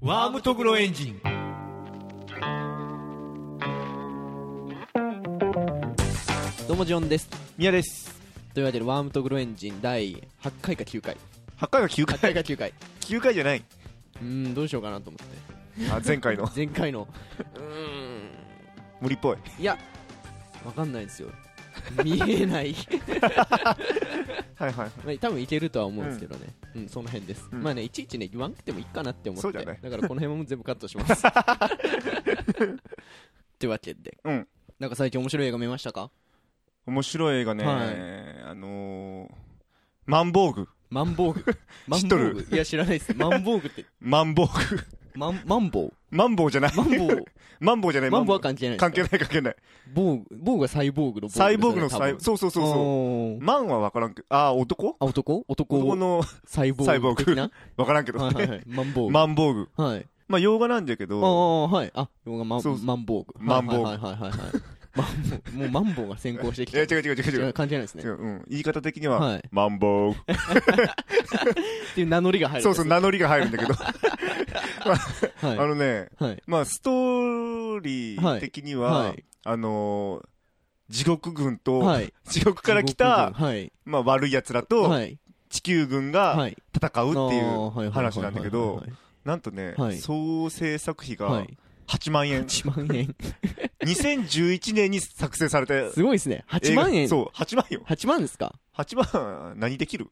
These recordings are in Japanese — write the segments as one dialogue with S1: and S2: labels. S1: ワームトグロエンジン。
S2: どうもジョンです
S3: 宮です
S2: というわけでワームとグロエンジン第8回か9回
S3: 8回が9
S2: 8回
S3: 回
S2: か9回
S3: 9回じゃ ないう
S2: ーんどうしようかなと思って
S3: あ前回 の
S2: 前回のうーん
S3: 無理っぽい
S2: いやわかんない ですよ見えない
S3: はいはいはい
S2: まあ多分いけるとは思うんですけどねうん、その辺です、
S3: うん
S2: まあねいちいちね言わんくてもいいかなって思って
S3: そうだね
S2: からこの辺も全部カットし ますってわけで
S3: うん
S2: なんか最近面白い映画見ましたか
S3: 面白い映画ね、
S2: はい
S3: あのー、マンボウグ
S2: マンボウグマン
S3: 知っ
S2: ボ
S3: と
S2: ウ
S3: る
S2: グいや知らないですマンボウグって
S3: マンボウグ
S2: マンマンボウ
S3: マンボウじゃない
S2: マンボウ
S3: マンボウじゃない
S2: マンボウは関係ないですか
S3: 関係ない関係 ない
S2: 防具、防具はサイボーグの防具ですよね。
S3: サイボーグのサイそうそうそうそう
S2: そう
S3: マンは分からんけどああ男
S2: あ、男男
S3: 男の
S2: サイボ
S3: サイボ
S2: ー
S3: ー
S2: グ
S3: グ
S2: 的な
S3: 分からんけど、ね
S2: はいはい はい。マンボーグ。
S3: マンボウグ
S2: はい。
S3: まあ洋画なんだけ
S2: あ
S3: ど
S2: あ、はい。あ、僕がマ
S3: そうそう
S2: ンマンボーグ。
S3: マンボウグ
S2: はいはいはいはいはい。マンボウもうマンボウが先行してき
S3: いや違
S2: て
S3: う。違う違う違う違
S2: 違う
S3: う
S2: 関係ないですね。
S3: 違
S2: っ
S3: う、うん、言い方的には、
S2: はい
S3: マンボウグ
S2: ていう名乗りが入るん
S3: そ
S2: で
S3: う
S2: す。
S3: そう名乗りが入るんだけど、
S2: はい。
S3: あのね
S2: はい。
S3: まあ、ストーリー的には、
S2: はいはい
S3: あのー地獄軍と、
S2: はい。
S3: 地獄から来
S2: 地獄
S3: た、
S2: 軍はい。
S3: まあ、悪い奴らと、
S2: はい。
S3: 地球軍が
S2: はい。
S3: 戦うって
S2: あー
S3: いう話なんだけど、、なんとね、
S2: はい
S3: 総制作費
S2: は
S3: が
S2: い。
S3: 8万円。
S2: 8万 円。
S3: 2011年に作成された映
S2: すごいですね。
S3: 画。
S2: 8万円。
S3: そう、8万よ。
S2: 8万ですか
S3: 8万、何で きる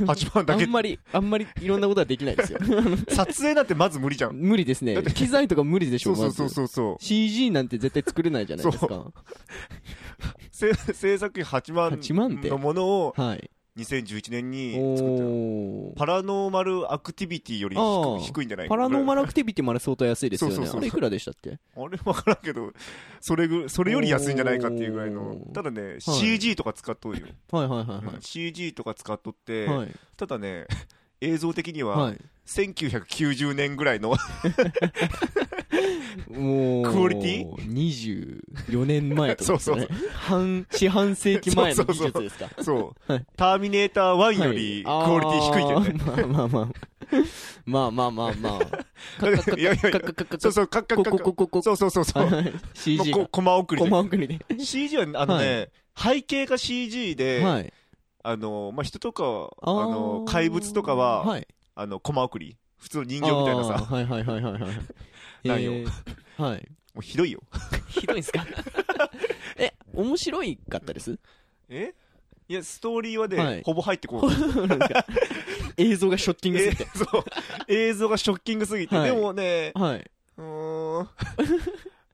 S3: ?8 万だ
S2: あ
S3: け
S2: ん。まり、あんまりいろんなことはできないですよ。
S3: 撮影なんてまず無理じゃん。
S2: 無理です
S3: だ
S2: ね
S3: っ。て
S2: 機材とか無理でし
S3: そ
S2: ょ、
S3: うそ
S2: ま
S3: うそう
S2: ず。
S3: そうそう。
S2: CG なんて絶対作れないじゃないですか。
S3: 制制作費8
S2: 8万っ
S3: 万
S2: て
S3: のものを
S2: はい。
S3: 2011年に作ってる。
S2: おー。
S3: パラノーマルアクティビティより
S2: あー
S3: 低低いんじゃない
S2: パラノーマ
S3: ル
S2: ルアクティビティまで相当安いですよ
S3: そう
S2: ね。
S3: そうそう
S2: あれいくらでしたっけ
S3: あれ分からんけどそれぐそれより安いんじゃないかっていうぐらいの
S2: おー
S3: ただね、CG とか使っとるよ、
S2: はいはいはい
S3: うん CG とか使っとって、
S2: はい。はい。
S3: ただね映像的には
S2: はい。
S3: 1990年ぐらいの
S2: もう、
S3: クオリティ
S2: ?24 年前とかです
S3: そ
S2: ね。半、四半世紀前の技
S3: そうそう
S2: 術
S3: そう
S2: ですか。
S3: そう、
S2: はい
S3: ターミネーター1
S2: はい
S3: よりクオリティ低いけどね、
S2: あーまあまあまあ。まあまあまあまあ。
S3: だからいやいやいやそうそうカッカッカッカ
S2: ここ
S3: ッ
S2: ここ
S3: そうそうそうそう、
S2: はい CG
S3: まあこ
S2: が。
S3: コマ送り
S2: コ
S3: で
S2: マ送りで。
S3: CG はあのね、背景が CG で、
S2: はい。
S3: あのまあ、人とかはあ
S2: あー
S3: の怪物とかは、
S2: はい。
S3: あの、コマ送り。普通の人形みたいな
S2: あ
S3: さ、
S2: ーはいはいはいはい はい。
S3: なんよ
S2: えーはい。
S3: もうひどいよ。
S2: ひどいんすか え、面白いかったです
S3: えいや、ストーリーはね、
S2: はい
S3: ほぼ入ってこない。
S2: 映像がショッキングすぎて。
S3: え そう。映像がショッキングすぎて、
S2: はい
S3: でもね、
S2: はい。
S3: うーん、う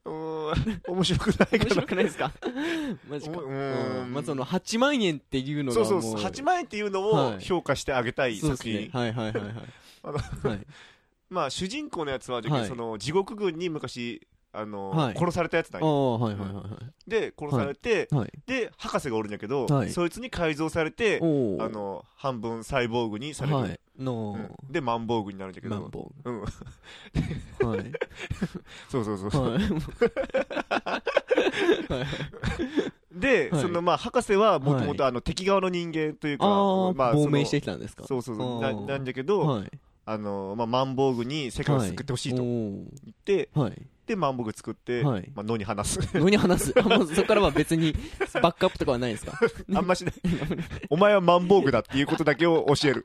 S3: ーん、面白くない
S2: 面
S3: か
S2: 白
S3: な。
S2: くないですか マジか。
S3: おうーん
S2: うんまあその8万円っていうのが
S3: そう
S2: も。
S3: そううそう、8万円っていうの
S2: は
S3: を
S2: い
S3: 評価してあげたい
S2: そうです
S3: 作品。
S2: ね。はいはいはいはい。
S3: あ
S2: はい。
S3: まあ、主人公のやつは、じゃけ
S2: はい
S3: その、地獄軍に昔、あの、
S2: はい
S3: 殺されたやつだ
S2: あ
S3: よ。
S2: あ、はいはいはい
S3: で、殺されて、
S2: はい。はい。
S3: で、博士がおるんやけど、
S2: はい
S3: そいつに改造されて、
S2: おー
S3: あ、の、半分サイボーグにされる。
S2: はい。の
S3: うんで、マンボウグになるんだけど。
S2: マンボ
S3: うん。
S2: ウ。はい。
S3: そうそうそう。
S2: はい。はい。
S3: で、
S2: はい
S3: そのまあ博士はもともとあの敵側の人間というか、
S2: ああ、
S3: まあその
S2: 亡命してきたんですか
S3: そうそうそう
S2: あ
S3: な
S2: ー
S3: なんだけど、
S2: はい。
S3: あのまあマンボウグに世界を救ってほしいと
S2: お
S3: 言
S2: ー
S3: って、
S2: はい。
S3: でマンボウグ作って、
S2: はい
S3: まあ野に 放す
S2: 野に話す。あもうそこからは別にバックアップとかはないですか
S3: あんま しないお前はマンボウグだっていうことだけを教える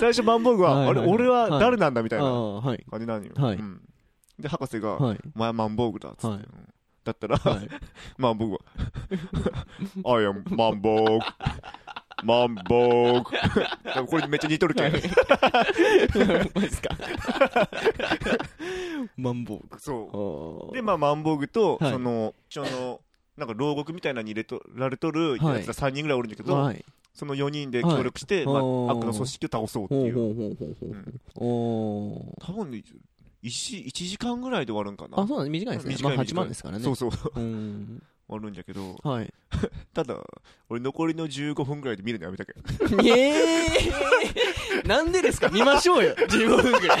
S3: 最初マンボウグは、
S2: はいはいはい
S3: あれ俺は誰なんだみたい
S2: あ
S3: な
S2: あ、はい。
S3: 感じなのよ、
S2: はい
S3: うんで博士が、
S2: はい。
S3: お前はマンボウグだ」っつって、
S2: はい
S3: うんだったら、
S2: はい。
S3: マンボウグは I am マンボウグマンボウグこれめっちゃ似とるけん
S2: マジっす かマンボウ
S3: そう
S2: ク。
S3: で、まあ、マンボウグと、
S2: はい
S3: その、一応の、なんか牢獄みたいなのに入れとられとるやつ
S2: はい
S3: が3人ぐらいおるんだけど、
S2: はい。
S3: その4人で協力して、
S2: い
S3: まあ、悪
S2: おー
S3: の組織を倒そうって
S2: ほう
S3: いう。
S2: ほうほうほうほう。
S3: うん
S2: お
S3: 多分ね、1, 一時間ぐらいで終わるんか
S2: ーあ、
S3: な。
S2: そうなんです。短いですね。ま
S3: 短い
S2: あ、8万ですからね。
S3: そうそう、終
S2: うーん。
S3: わるんだけど、
S2: はい。
S3: ただ、俺残りの15分ぐらいで見るのやめたけど。
S2: えーなんでですか見ましょうよ。15分くらい。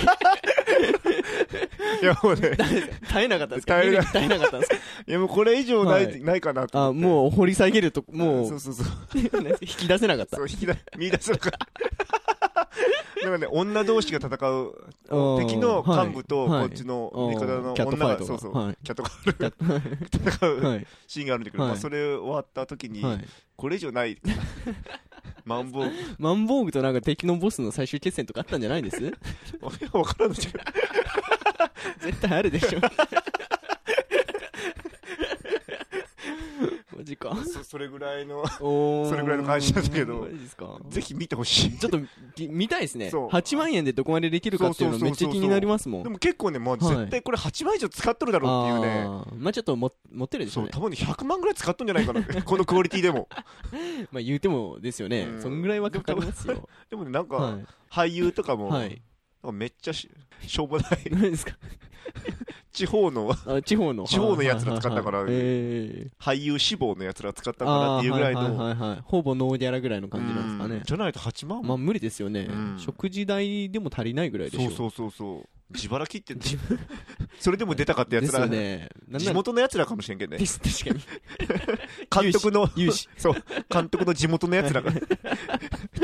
S3: いや、も うね、
S2: 耐えなかったんですか
S3: 耐えな
S2: 見る耐えなかったんですか
S3: いやもうこれ以上ない、
S2: はい
S3: ないかなと
S2: あ、
S3: 思って。
S2: もう掘り下げると、も
S3: そう
S2: う、
S3: そうそう。
S2: 引き出せなかった
S3: そ。う、引き出、見出せなかった。なんかね、女同士が戦う、敵の幹部と、こっちの味方の
S2: キャットフ
S3: 女
S2: ァイ
S3: が、
S2: ト
S3: そうそう、キャットが戦
S2: が
S3: う
S2: はい
S3: シーンがあるんだけど、ま
S2: は
S3: あ
S2: い
S3: それ終わった時に
S2: は、い
S3: これ以上ない。マンボウ。
S2: マンボウグとなんか敵のボスの最終決戦とかあったんじゃ ないんです
S3: 俺は分からんのじゃ ん。
S2: 絶対あるで しょマジか
S3: そそれぐらいの、
S2: おー
S3: それぐらいの感じなんだけど
S2: マジですか
S3: ぜひ見てほしい。
S2: ちょっとぎ見たいですね
S3: そう
S2: 8万円でどこまでできるかっていうの
S3: そう
S2: め
S3: そ
S2: っち
S3: うそうそう
S2: ゃ気になりますもん
S3: でも結構ね、もう絶対これ8万以上使っとるだろうっていうね。
S2: あーまあちょっとも持ってるでし
S3: そ
S2: ょう
S3: う、
S2: ね
S3: 多分ね、100万ぐらい使っとんじゃな いかな。このクオリティでも。
S2: まあ言うてもですよね
S3: うん
S2: そんぐらいはかかりますよ
S3: でもね、なんか、
S2: は
S3: 俳優とか
S2: い
S3: も、
S2: は
S3: なん
S2: い
S3: かめっちゃししょうもない。
S2: 何ですか
S3: 地方の
S2: あ地方の
S3: 地方のやつら使ったから
S2: はいはいはいええ
S3: 俳優志望のやつら使ったのかなっていうぐらいの、
S2: あーはいはいはいはいほぼノーギャラぐらいの感じなんですか
S3: う
S2: ね
S3: じゃないと8万
S2: まあ無理ですよね、
S3: うん
S2: 食事代でも足りないぐらいでし
S3: そ
S2: ょ
S3: うそうそうそう自腹切ってんだ それでも出たかったや
S2: で
S3: つ
S2: す
S3: ら、
S2: よねなんな
S3: 地
S2: ら
S3: 元のやつらかもしれんけどね
S2: です確か
S3: 監督の
S2: に有志
S3: そう監督の地元のやつ らが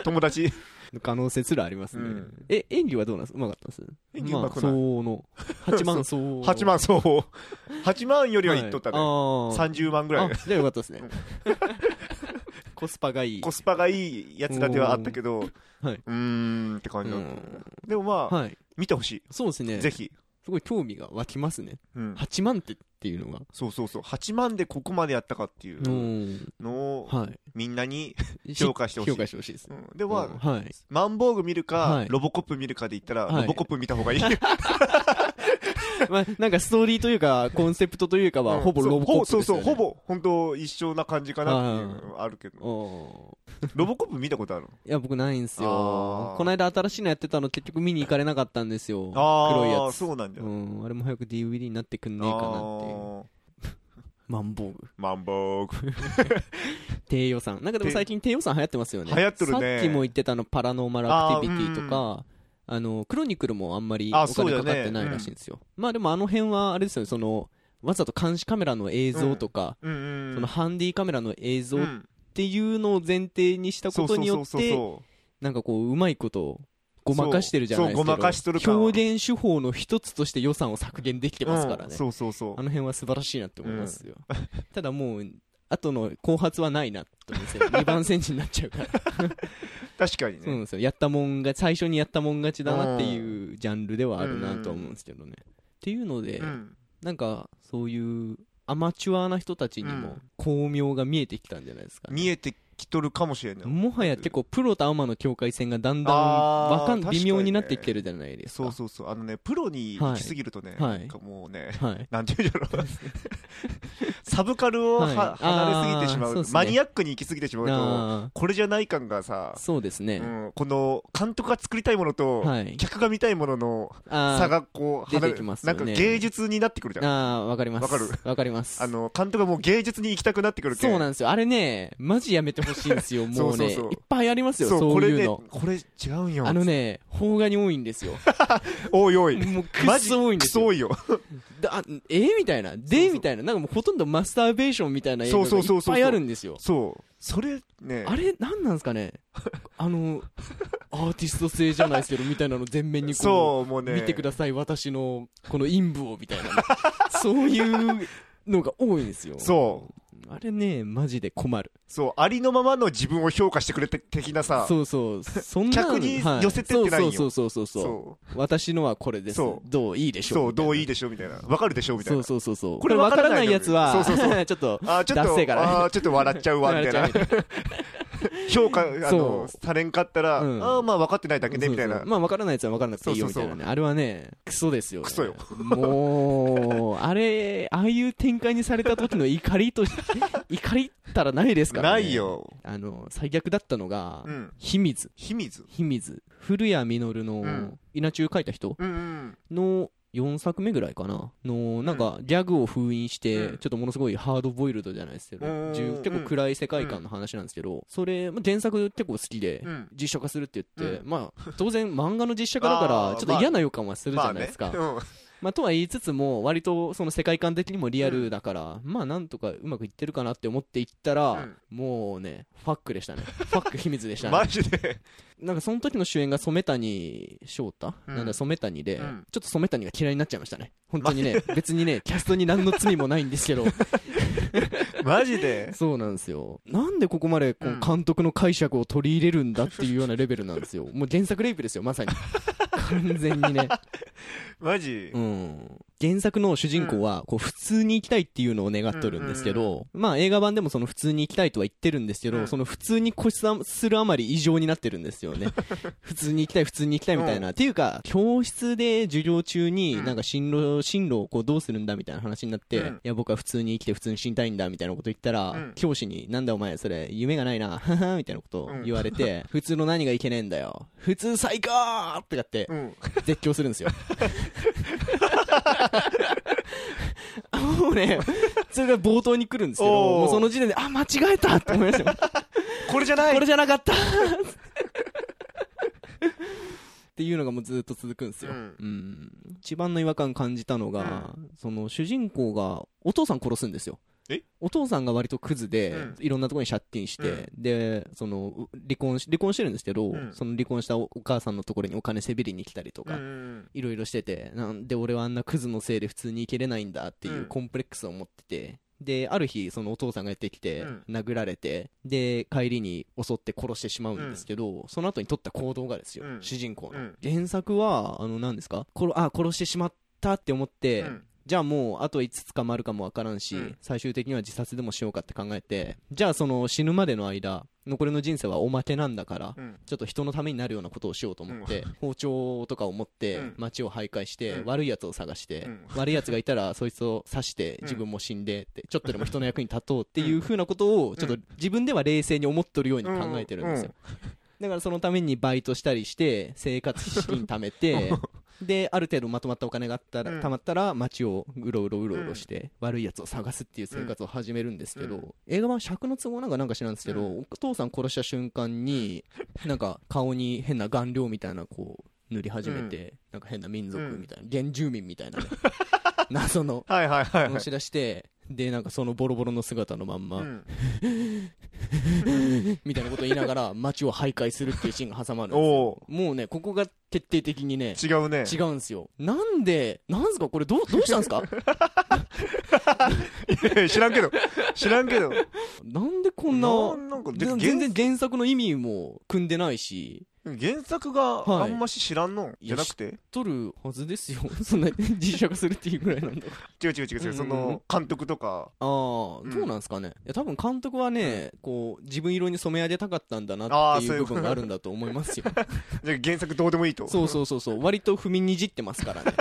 S3: 友達
S2: の可能性すらありますね、
S3: うん
S2: え演技はどうなんですかうまかったんです
S3: 演技うまくな
S2: ま
S3: い
S2: あ、相応の8万相応
S3: 8万そう8万よりはいっとったね、
S2: はいあー
S3: 30万ぐらい
S2: あじゃあよかったですね コスパがいい
S3: コスパがいいやつらではあったけど、
S2: おーはいう
S3: ーんって感じだった、
S2: うん
S3: でもまあ、
S2: はい
S3: 見てほし
S2: そうです
S3: い
S2: ね
S3: ぜひ、
S2: すごい興味が湧きますね
S3: うん、
S2: 8万ってっていうのが
S3: そうそうそう8万でここまでやったかっていううんのを
S2: は
S3: みんなに、
S2: い
S3: 評価してほしい
S2: 評価してほしいですね
S3: では、
S2: うんはい
S3: マンボウグ見るか、
S2: はい
S3: ロボコップ見るかで言ったら、
S2: はい
S3: ロボコップ見た方 がいい。
S2: まあ、なんかストーリーというか、コンセプトというかは、ほぼロボコップ
S3: そう
S2: ですよ
S3: そう
S2: ね。
S3: そう、ほぼ、本当一緒な感じかなっていうのはあるけど。
S2: ぼ。
S3: ロボコップ見たことある
S2: いや、僕ないんす
S3: あ
S2: よ。
S3: ー
S2: この間新しいのやってたの結局見に行かれなかったんですよ。
S3: ああ、
S2: 黒いやつ。
S3: そうなんだ
S2: う
S3: よ。
S2: ん、あれも早く DVD になってくんねえかなっていう。
S3: あー
S2: マンボウグ。
S3: マンボ ウグ。
S2: 低予算。なんかでも
S3: 低
S2: 最近低予算流行ってますよね。
S3: 流行ってるね
S2: さっきも言ってたあの、パラノーマルアクティビティとか、あの、クロニクルもあんまりお
S3: あそう
S2: 金
S3: だ
S2: かか
S3: よね
S2: ってないらしいんですよ。まあでもあの辺は、あれですよね、その、わざと監視カメラの映像とか、
S3: うんうん。
S2: そのハンディカメラの映像
S3: うん
S2: っていうのを前提にしたことによっ
S3: そうそうそう
S2: て
S3: そ
S2: なんかこううまいことをごまかしてるじゃないです
S3: そうそうごまかしとる
S2: か
S3: 感
S2: 表現手法の一つとして予算を削減できて
S3: う
S2: ますから
S3: うん
S2: ね
S3: そうそうそう
S2: あ。の辺は素晴らしいなって思いますよただもう後の後発はないなと思うん ですよ2番センチになっちゃうから
S3: 確かに
S2: そうなん
S3: ね。
S2: ですよやったもんが最初にやったもん勝ちだなっていうジャンルではあるなとは思うんですけどねっていうので
S3: うん
S2: なんかそういうアマチュアな人たちに
S3: う
S2: も
S3: ん
S2: 巧妙が見えてきたんじゃないですかね
S3: 見えてきとるかもしれない。
S2: もはや結構プロとアマの境界線がだんだん
S3: あー
S2: わかん
S3: 確かに
S2: 微
S3: ね
S2: 妙になってきてるじゃないですか。
S3: そうそうそう。あのね、プロに行きすぎるとね、
S2: はい
S3: なんかもうね、
S2: はい。
S3: なんていうんだろうサブカルをは、
S2: はい
S3: 離れすぎてしま
S2: あー
S3: う
S2: そうっすね
S3: マニアックに行き過ぎてしまうと
S2: あ
S3: これじゃない感がさ
S2: ー、そうですね。
S3: うん、この監督が作りたいものと、
S2: はい。
S3: 客が見たいものの
S2: あー
S3: 差がこう
S2: 出て
S3: 離れ
S2: きます
S3: な
S2: よ
S3: ん
S2: ね
S3: か芸術になってくるじゃんあ
S2: あー、わかります。
S3: わかる
S2: わかります。
S3: の監督がもう芸術に行きたくなってくるけ
S2: そうなんですよ。あれね、マジやめてほしいんです よ。もうね、い
S3: そうそうそう
S2: っぱいありますよ、
S3: そう
S2: そ
S3: こ
S2: う
S3: れ
S2: いう
S3: ね
S2: の。
S3: これ違うんよ
S2: あのね、邦画に多いんですよ。
S3: おいおい
S2: もうくっ
S3: マジ
S2: そ多いんで
S3: ク
S2: す
S3: ソ
S2: よ。
S3: 多いよ
S2: だえーみたいな。でみたいな。なんかもうほとんどマスターベーションみたいな映画がい
S3: そうそうそう
S2: っ
S3: そう
S2: ぱいあるんですよ。
S3: そうそれね
S2: あれ、なんなんですかねあの、アーティスト性じゃないですけど、みたいなの全面にこ
S3: そうもう
S2: う、
S3: ね
S2: 見てください、私の、この陰部を、みた いなの。そういうのが多いんですよ。
S3: そう
S2: あれね、マジで困る。
S3: そうありのままの自分を評価してくれて的なさ
S2: そうそう、そんな
S3: 客に寄せてってないよ
S2: そうそうそうそうそう。
S3: そう
S2: 私のはこれです
S3: そ。
S2: どういいでしょう
S3: そうどういい
S2: で
S3: でしょうみたいなわかるでしょうみたい
S2: そ
S3: な
S2: うそうそうそう。
S3: これ
S2: わ
S3: わ
S2: か
S3: からら
S2: な
S3: ない
S2: いやつは、
S3: そうそ う
S2: ちょっと、
S3: あーちょっ
S2: ダッセーか
S3: と、
S2: らね
S3: あーちょっと笑っちゃうわ、みたい な。評価、あ
S2: そ
S3: の、されんかったら、
S2: うん
S3: ああ、まあ分かってないだけね、
S2: そう
S3: みたい
S2: そ
S3: な
S2: う。まあ分からないやつは分からなくていいよ
S3: そう
S2: み
S3: そ
S2: た
S3: う
S2: い
S3: そう
S2: なね。あれはね、クソですよ、ね。
S3: クソよ。
S2: もう、あれ、ああいう展開にされた時の怒りとし、 怒りったらないですから
S3: な
S2: ね。
S3: い。よ。
S2: あの、最悪だったのが、
S3: うん。
S2: 秘密。
S3: 秘密。
S2: 秘密。古谷実の、
S3: うん
S2: 稲中書いた人
S3: うんうん。
S2: の4作目ぐらいかなの、なんか、ギャグを封印して、
S3: うん
S2: ちょっとものすごいハードボイルドじゃないですけど、
S3: うん
S2: じゅ結構暗い世界観の話なんですけど、それ、まあ原作結構好きで、
S3: うん。
S2: 実写化するって言って、
S3: う
S2: まあ、当然漫画の実写化だか
S3: あ
S2: ら、
S3: ー
S2: ちょっと嫌な予感はするじ
S3: ま
S2: ゃ
S3: あ
S2: ない
S3: ね
S2: です。
S3: う
S2: か。
S3: ん
S2: まあ、とは言いつつも、割とその世界観的にもリアルだから、まあ、なんとかうまくいってるかなって思っていったら、
S3: うん
S2: もうね、ファックでしたね。ファック秘密でしたね。
S3: マジで。
S2: なんかその時の主演が染谷翔太、
S3: うん
S2: なんだ染谷で、
S3: うん
S2: ちょっと染谷が嫌いになっちゃいましたね本当にね別にねキャストに何の罪もないんですけど
S3: マジで
S2: そうなんですよなんでここまでこ
S3: うん
S2: う監督の解釈を取り入れるんだっていうようなレベルなんですよもう原作レイプですよま さに完全にね
S3: マジ
S2: うん、原作の主人公はこう普通に生きたいっていうのを願っとるんですけ
S3: うんうん
S2: ど、まあ、映画版でもその普通に生きたいとは言ってるんですけ
S3: う
S2: ど
S3: ん
S2: その普通に固執するあまり異常になってるんですよ ね普通に生きたい普通に生きたいみたいなっていうか教室で授業中
S3: う
S2: に
S3: ん
S2: なんか進路進路をこうどうするんだみたいな話になって、
S3: うん
S2: いや僕は普通に生きて普通に死にたいんだみたいなこと言ったら、
S3: うん
S2: 教師になんだお前それ夢がないなははみたいなことを言われて、普通の何がいけねえんだよ普通最高ってかって
S3: うん
S2: 絶叫するんです よ。もうね、それが冒頭に来るんですけど、
S3: おー
S2: もうその時点で、あ、間違えたって思いましたよ。
S3: これじゃない
S2: これじゃなか ったっていうのがもうずっと続くんですよ。
S3: うん
S2: うん一番の違和感感じたのが、その主人公がお父さん殺すんですよ
S3: え
S2: お父さんが割とクズで、
S3: うん
S2: いろんなところに借金して、
S3: うん
S2: でその離婚し離婚してるんですけど、
S3: うん
S2: その離婚したおお母さんのところにお金せびりに来たりと
S3: う
S2: か、
S3: ん
S2: いろいろしててなんで俺はあんなクズのせいで普通に生きれないんだっていううんコンプレックスを持っててである日そのお父さんがやってきて
S3: うん
S2: 殴られてで帰りに襲って殺してしまうんですけどその後に取った行動がですよ
S3: うん
S2: 主人公
S3: う
S2: の
S3: ん
S2: 原作はあの何ですか殺あ殺してしまったって思っ
S3: う
S2: て
S3: ん
S2: じゃあもうあといつ捕まるかもわからんし、
S3: うん
S2: 最終的には自殺でもしようかって考えてじゃあその死ぬまでの間残りの人生はおまけなんだから、
S3: うん
S2: ちょっと人のためになるようなことをしようと思って、包丁とかを持って
S3: うん
S2: 街を徘徊して、
S3: うん
S2: 悪いやつを探して、
S3: うん
S2: 悪いやつがいたらそいつを刺して
S3: ん
S2: 自分も死んでって、ちょっとでも人の役に立とうっていう風なことをちょっと自分では冷静に思っとるように考えてるんですよ、だからそのためにバイトしたりして生活資金貯めてである程度まとまったお金があったら、
S3: うん
S2: 貯まったら街をうろうろうろうろして、悪いやつを探すっていう生活を始めるんですけど、
S3: うん
S2: 映画版尺の都合なんかなんか知らんですけど、
S3: う
S2: お父さん殺した瞬間になんか顔に変な顔料みたいなこう塗り始めて、なんか変な民族みたいな、原住民みたいなね 謎の
S3: はいはいはいは
S2: 押
S3: い
S2: し出してでなんかそのボロボロの姿のまんま、
S3: うん
S2: みたいなこと言いなが ら街を徘徊するっていうシーンが挟まるんですよ
S3: お
S2: もうねここが徹底的にね
S3: ー違うね
S2: 違うんですよなんでなんすかこれどうどうしたんです か
S3: い や知らんけど知ら んけど
S2: なんでこんな
S3: ななんかで
S2: 全
S3: 原
S2: 然原作の意味も組んでないし
S3: 原作があんまし知らんの
S2: い
S3: じゃなくて
S2: 取るはずですよそんな実写化するっていうぐらいなんだ
S3: 違う違う違う違
S2: う
S3: うんその監督とか
S2: ああど
S3: うん
S2: うなんですかねいや多分監督はねこう自分色に染め上げたかったんだなって
S3: あーそう
S2: い
S3: いうう
S2: 部分があるんだと思いますよ
S3: じゃあ原作どうでもいいと
S2: そうそうそうそう割と踏みにじってますからね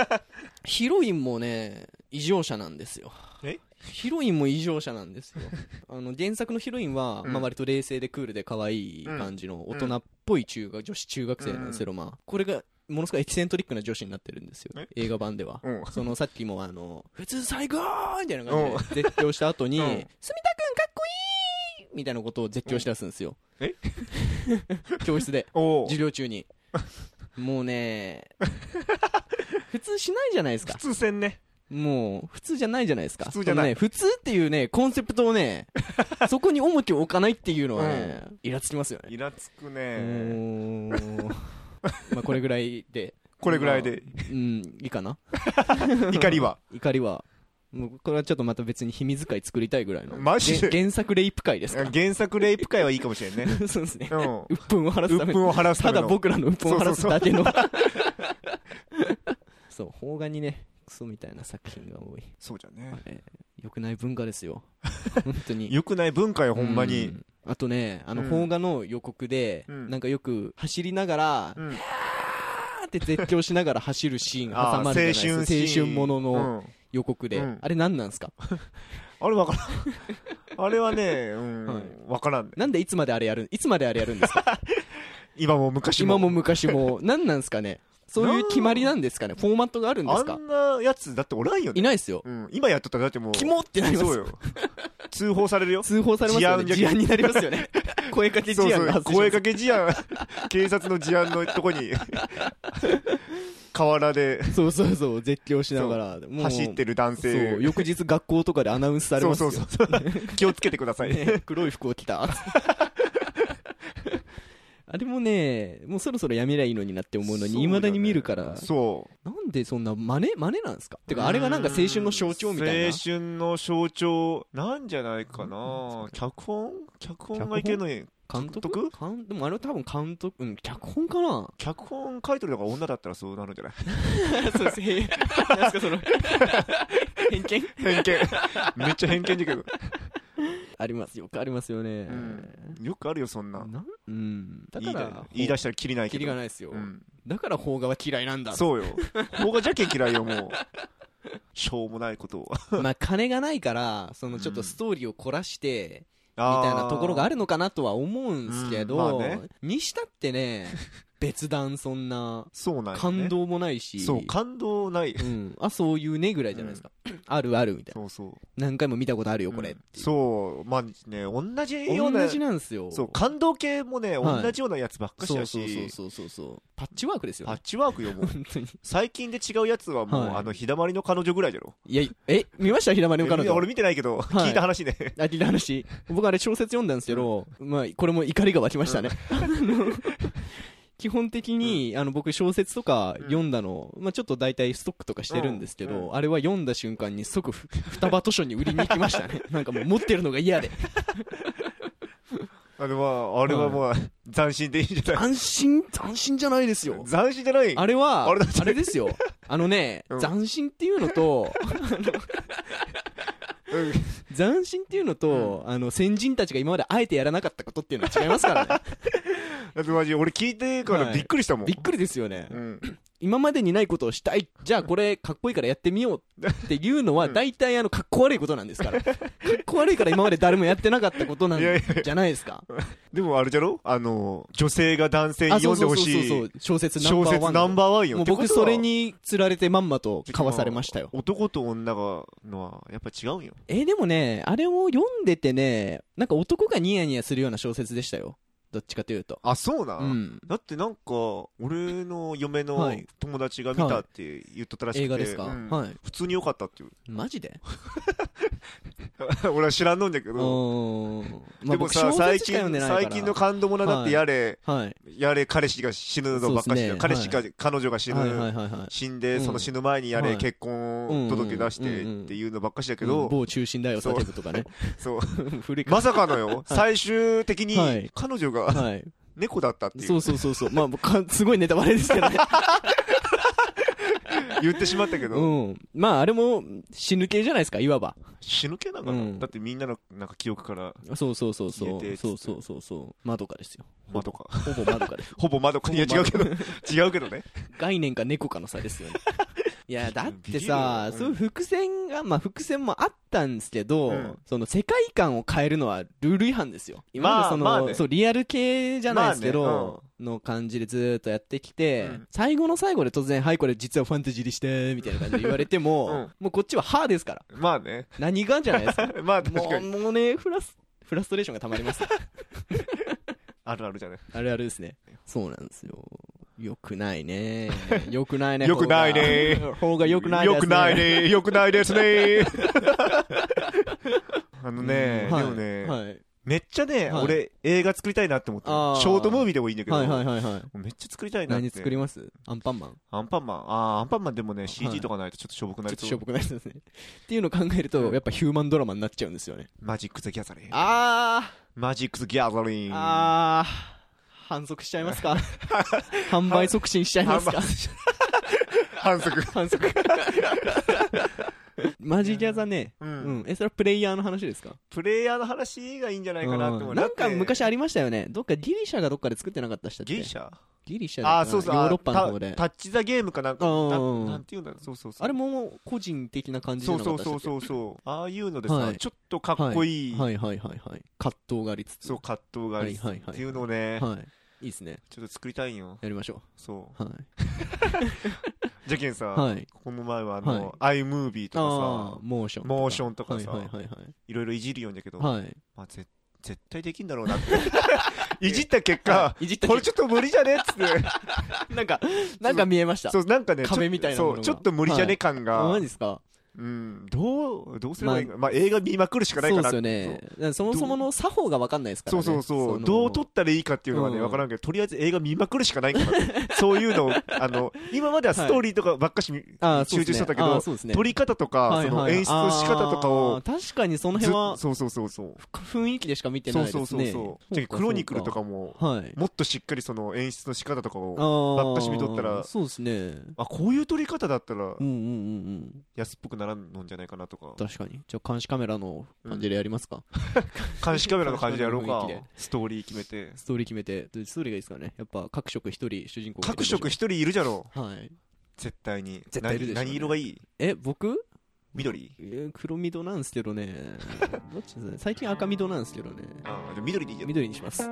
S2: ヒロインもね異常者なんですよ
S3: え
S2: ヒロインも異常者なんですよあの原作のヒロインは、
S3: うん
S2: まあ、割と冷静でクールで可愛い感じの大人っぽい中学、女子中学生なんですけど、まあ、これがものすごいエキセントリックな女子になってるんですよ
S3: え
S2: 映画版では
S3: うん
S2: そのさっきもあの「普通最高!」みたいな感じで絶叫した後に「
S3: う
S2: 住
S3: ん
S2: 田君かっこいい!」みたいなことを絶叫しだすんですよ、
S3: うんえ
S2: 教室で
S3: おー
S2: 授業中にもうね 普通しないじゃないですか
S3: 普通戦ね
S2: もう普通じゃないじゃないですか
S3: 普通じゃない
S2: そのね、普通っていうねコンセプトを ねそこに重きを置かないっていうのはね、イラつきますよね
S3: イラつく
S2: う
S3: ね
S2: ーんまあこれぐらいで
S3: これぐらいで
S2: うんいいかな
S3: 怒りは
S2: 怒りはもうこれはちょっとまた別に秘密会作りたいぐらいの
S3: マジで
S2: げ原作レイプ会ですか
S3: 原作レイプ会はいいかもしれんね
S2: そうですね
S3: う、ん
S2: 鬱憤を晴らす
S3: 鬱
S2: ために
S3: 憤を晴らすた
S2: た
S3: め
S2: だ
S3: の
S2: 僕らの鬱憤を晴らすだけの そう邦画にねクソみたいな作品が多い
S3: そうじゃね
S2: 良くない文化です よ本当に
S3: 良くない文化よほんま
S2: う
S3: に
S2: あとねあの
S3: うん
S2: 邦画の予告で、
S3: うん
S2: なんかよく走りながら、
S3: うん
S2: あーって絶叫しながら走るシーンが挟
S3: あー
S2: まる
S3: 青
S2: じゃないですか青
S3: 春シーン
S2: 春ものの
S3: うん
S2: 予告で、
S3: うん
S2: あれ何なんですか
S3: あれ わからんあれはねうん
S2: はい
S3: わからんね
S2: なんでいつまであれやるいつまであれやるん ですか
S3: 今も昔も
S2: 今も昔も 何なんですかねそういう決まりなん ですかねフォーマットがあるんです
S3: あ
S2: か
S3: んなやつだっておらんよね
S2: いないですよ
S3: うん今やっとったらだってもう
S2: キモってなります
S3: そうよ通報される よ
S2: 通報されますよね
S3: 事
S2: 事
S3: 案
S2: 案になりますよね 声かけ事案が発生しま
S3: 声
S2: す
S3: かけ事案警察の事案のとこに河原で
S2: そうそうそう絶叫しながらもう
S3: 走ってる男
S2: そう
S3: 性
S2: 翌日学校とかでアナウンスされ
S3: そ
S2: ま
S3: う
S2: すよ
S3: そうそう気をつけてください
S2: ね黒い服を着た ああれもね、もうそろそろやめりゃいいのになって思うの
S3: そ
S2: に、
S3: う
S2: い
S3: だね
S2: まだに見るから、
S3: そう
S2: なんでそんな真似、真似なんですかてか、あれがなんか青春の象徴みたいな。
S3: 青春の象徴なんじゃないか
S2: なん
S3: な
S2: です
S3: 脚本脚本がいけるのに
S2: 監督
S3: 監督
S2: かんでもあれは多分監督、うん、脚本かな
S3: 脚本書いてるのが女だったらそうなるんじゃない
S2: そうです、へえ、 なんですか、その、偏見
S3: 偏見 めっちゃ偏見だけど
S2: ありますよくありますよね。
S3: んよくあるよそんな
S2: なんうん。だ
S3: 言
S2: か
S3: いだ
S2: ら、
S3: 言い出したらキリないけ
S2: キ
S3: ど
S2: リがないですよ。
S3: うん、
S2: だから邦画は嫌いなんだ。
S3: そうよ僕はじゃけん嫌いよもうしょうもないことをみ
S2: まあ、金がないから、そのちょっとストーリーを凝らして、みたいなところがあ
S3: る
S2: るのかなとは思うんすけど、
S3: うんまあね
S2: にしたって ね、別段そんな、
S3: そうなんよね
S2: 感動もないし、
S3: そう感動ない
S2: うん、あ、そういうねぐらいじゃないですか。あるあるみたいな。
S3: そうそう
S2: 何回も見たことあるよ、これ。
S3: うんそうまあね同じような
S2: 同じなんですよ。
S3: そう感動系もね
S2: はい
S3: 同じようなやつばっかし
S2: そう
S3: だ
S2: そうそう
S3: し
S2: そうそうそう。パッチワークですよ、
S3: パッ
S2: ね。
S3: チワークよ もう
S2: 本当に。
S3: 最近で違うやつはもう、
S2: はい
S3: あの日だまりの彼女ぐらいじゃろ
S2: いや、え、見ました平間の彼
S3: いや
S2: 女
S3: 俺。見てないけど、
S2: はい
S3: 聞いた話ね
S2: あ聞いた話。僕あれ小説読んだんですけど、まあ、これも怒りが湧きましたね。 基本的に、あの、僕小説とか読んだの、まあちょっと大体ストックとかしてるんですけど、
S3: うんう
S2: あれは読んだ瞬間に即ふ双葉図書に売りに行きました ね。なんかもう持ってるのが嫌で。
S3: あれはあれはまあ、斬新でいいんじゃない
S2: 斬新、斬新じゃないですよ。
S3: 斬新じゃない
S2: あれは、あ
S3: あ
S2: れ
S3: れだって
S2: ですよ。あのね、
S3: うん
S2: 斬新っていうの と、
S3: うん
S2: 斬新っていうのと、あの、先人たちが今まであえてやらなかったことっていうのは違いますから ね。
S3: だってマジ俺聞いてからびっくりしたもん、
S2: びっくりですよね。
S3: うん、
S2: 今までにないことをしたい、じゃあこれかっこいいからやってみようっていうのは、
S3: ん
S2: 大体あの、かっこ悪いことなんですから。かっこ悪いから今まで誰もやってなかったことなん
S3: いやいや
S2: じゃないですか。
S3: でもあれじゃろあの女性が男性に
S2: あ、そう
S3: 読んで
S2: そう
S3: ほ
S2: そうそ、
S3: しいう
S2: 小説ナン
S3: 小
S2: バー
S3: 説
S2: ワン。
S3: ナンバーワンよ
S2: もう
S3: ってことは
S2: 僕それに釣られてまんまと買わされましたよ。
S3: 男と女がのはやっぱ違うんよ
S2: えーでもね、あれを読んでてね、なんか男がニヤニヤするような小説でしたよ。どっちかというと。
S3: あそうな、
S2: うん。
S3: だってなんか俺の嫁
S2: は
S3: の
S2: い
S3: 友達が見たって言っとったらしくて、
S2: 映画ですか、
S3: うん
S2: はい。
S3: 普通に良かったっていう
S2: マジで
S3: 俺は知らんのんだけ
S2: う
S3: ど
S2: ーん。まあ、
S3: でも
S2: 僕
S3: さ
S2: 小
S3: 最
S2: 説しか
S3: 近
S2: 読んでないから
S3: 最近の感動もなだってやれ、
S2: はい。
S3: やれ彼氏が死ぬのばっかし
S2: そう
S3: だ
S2: っす
S3: よ
S2: ね
S3: 彼氏が、彼女が死ぬ、
S2: はいはいはいはい。
S3: 死んで、
S2: うん
S3: その死ぬ前にやれ、
S2: はい
S3: 結婚届出してっていうのばっかしだけど、
S2: うん某中心だよ、
S3: そう
S2: 叫ぶとか ね。
S3: そう
S2: 古いか
S3: まさかのよ、最終的
S2: はい
S3: に彼女が
S2: ら。はい。
S3: 猫だったってい
S2: そううそうそうそう。まあ、か すごいネタバレですけ どね。
S3: 言ってしまったけど、
S2: うん。まあ、あれも死ぬ系じゃないですか、いわば。
S3: 死ぬ気なのかな、
S2: うん
S3: だってみんなのなんか記憶から
S2: そうそうそうそ
S3: 消えて
S2: う。
S3: っつって
S2: そうそうそうそう。まどかですよ。
S3: まどか
S2: ほぼまどかです。
S3: ほぼ窓かいや違うけど違うけどね
S2: 概念か猫かの差 ですよね。いや、だって
S3: ビビるよ
S2: さ、
S3: うん
S2: そういう伏線が、まあ伏線もあったんですけど、
S3: うん
S2: その世界観を変えるのはルール違反ですよ。今までその、
S3: まあまあね
S2: そう、リアル系じゃないですけど、
S3: まあね
S2: の感じでずーっとやってきて、
S3: うん
S2: 最後の最後で突然、はい、これ実はファンタジーでして、みたいな感じで言われても、
S3: うん
S2: もうこっちは歯ですから。
S3: まあね
S2: 何がじゃないですか。
S3: まあ 確
S2: も
S3: か
S2: う、
S3: に
S2: もうね、フラス、フラストレーションが溜まります。
S3: あ るあるじゃない
S2: あれあれですね。そうなんですよ。よくない ね。よくないね。
S3: よくないね
S2: 方が。方がよくないです
S3: よくない。ねよくないですね あのね、
S2: はい
S3: でもね、
S2: はい。
S3: めっちゃね、
S2: はい
S3: 俺映画作りたいなって思ってるシ
S2: あー
S3: ョートムービーでもいいんだけど、
S2: はいはいはいはい。
S3: もうめっちゃ作りたいなっ
S2: 何
S3: て
S2: 作りますアンパンマン。
S3: アンパンマンあーアンパンマンでもね
S2: はい
S3: CG とかないとちょっとしょぼくな
S2: ちょっ
S3: り
S2: と
S3: そう、
S2: しょぼくないですね。っていうのを考えると、やっぱヒューマンドラマになっちゃうんですよね。
S3: マジック・ザ・ギャザリング
S2: あ
S3: マジック・ザ・ギャザリン
S2: ー、
S3: グ
S2: あー、反則しちゃいます か販売促進しちゃいます か
S3: 反則
S2: 反 則。マジギャザね。
S3: う
S2: うんん。え、それはプレイヤーの話ですか
S3: プレイヤーの話がいいんじゃないかなって思
S2: う
S3: うん
S2: なんか昔
S3: だっ
S2: ありましたよね。どっかギリシャがどっかで作ってなかったっしたって
S3: てギリシャ
S2: ギリシャだか
S3: ああそうそう
S2: ヨ
S3: あ
S2: ーロッパの方で
S3: タ。タッチ・ザ・ゲームかなんか
S2: うん
S3: な
S2: うんうん
S3: なんていうんだろうそうそうそう
S2: あれも個人的な感じじ
S3: そ
S2: ゃ
S3: う
S2: なかっ
S3: そ
S2: たっ
S3: う
S2: した
S3: そ
S2: っ
S3: う
S2: け
S3: そうそうああいうのでさ、
S2: はい
S3: ちょっとかっこいい、
S2: はいはいはいはい。葛藤がありつつ。
S3: そう葛藤があり、
S2: はいはいはい
S3: っていうのをね、
S2: はい。いいですね。
S3: ちょっと作りたいんよ
S2: やりましょ。
S3: そう
S2: はい。
S3: うじゃけんさ、
S2: はい。
S3: この前はあの、iMovie とか
S2: あー
S3: さ
S2: モーション。
S3: モーションとか
S2: はい
S3: さ、
S2: はいはい
S3: いろいろいじるよんだけど、
S2: はい。はい。
S3: まあ、ぜ絶対できんだろうなって いじった結果
S2: いじった
S3: これちょっと無理じゃねっつって
S2: なんか、なんか見えました。
S3: そうなんかねちょ
S2: 壁みたいなもの
S3: そ
S2: が
S3: うちょっと無理じゃね感が、
S2: あマジですか
S3: うん、どう、どうすればいいか、まあ、映画見まくるしかない
S2: そ
S3: か
S2: うで
S3: ら
S2: すよねだからそもそもの作法が分かんないですから
S3: そう
S2: ね
S3: そうそう、
S2: の
S3: どう撮ったらいいかっていうのはね、
S2: うん
S3: 分からんけど、とりあえず映画見まくるしかないから、そういうのを、あ の、今まではストーリーとかばっかしに
S2: あーそう
S3: 集
S2: です
S3: 中
S2: ね
S3: してたけ
S2: あ
S3: ど
S2: ー、そうですね
S3: 撮り方とか、
S2: はい
S3: そ
S2: は
S3: の
S2: い
S3: 演出の仕方とか
S2: あ
S3: を
S2: ー、確かにその
S3: ずっ
S2: 辺は
S3: そうそうそうそう。
S2: 雰囲気でしか見て
S3: そ
S2: な
S3: う
S2: い
S3: そ
S2: で
S3: う
S2: す
S3: そう
S2: ね
S3: そう。じゃあクロニクルとか
S2: も
S3: も、
S2: はい
S3: もっとしっかりその演出の仕方とかを、ば
S2: ば
S3: っかし見とったら
S2: そうですね
S3: あ、こういう撮り方だったら
S2: うんうんうん
S3: 安っぽくならんのんじゃないかなとか
S2: うん、確かにじゃあ監視カメラの感じでやりますか、
S3: 監視カメラの感じでやろうか
S2: 監視カメラの雰囲気、
S3: ストーリー決めて。
S2: ストーリー決めてでストーリーがいいですかねやっぱ各色一人主人公が
S3: 各色一人いるじゃろ、
S2: はい
S3: 絶対に。
S2: 絶対いるでしょうね
S3: 何何色がいい
S2: え僕
S3: 緑
S2: えー黒緑なんですけどねどっちですかね最近赤緑なんですけどね
S3: あーじゃあ緑でいいよ。
S2: 緑にします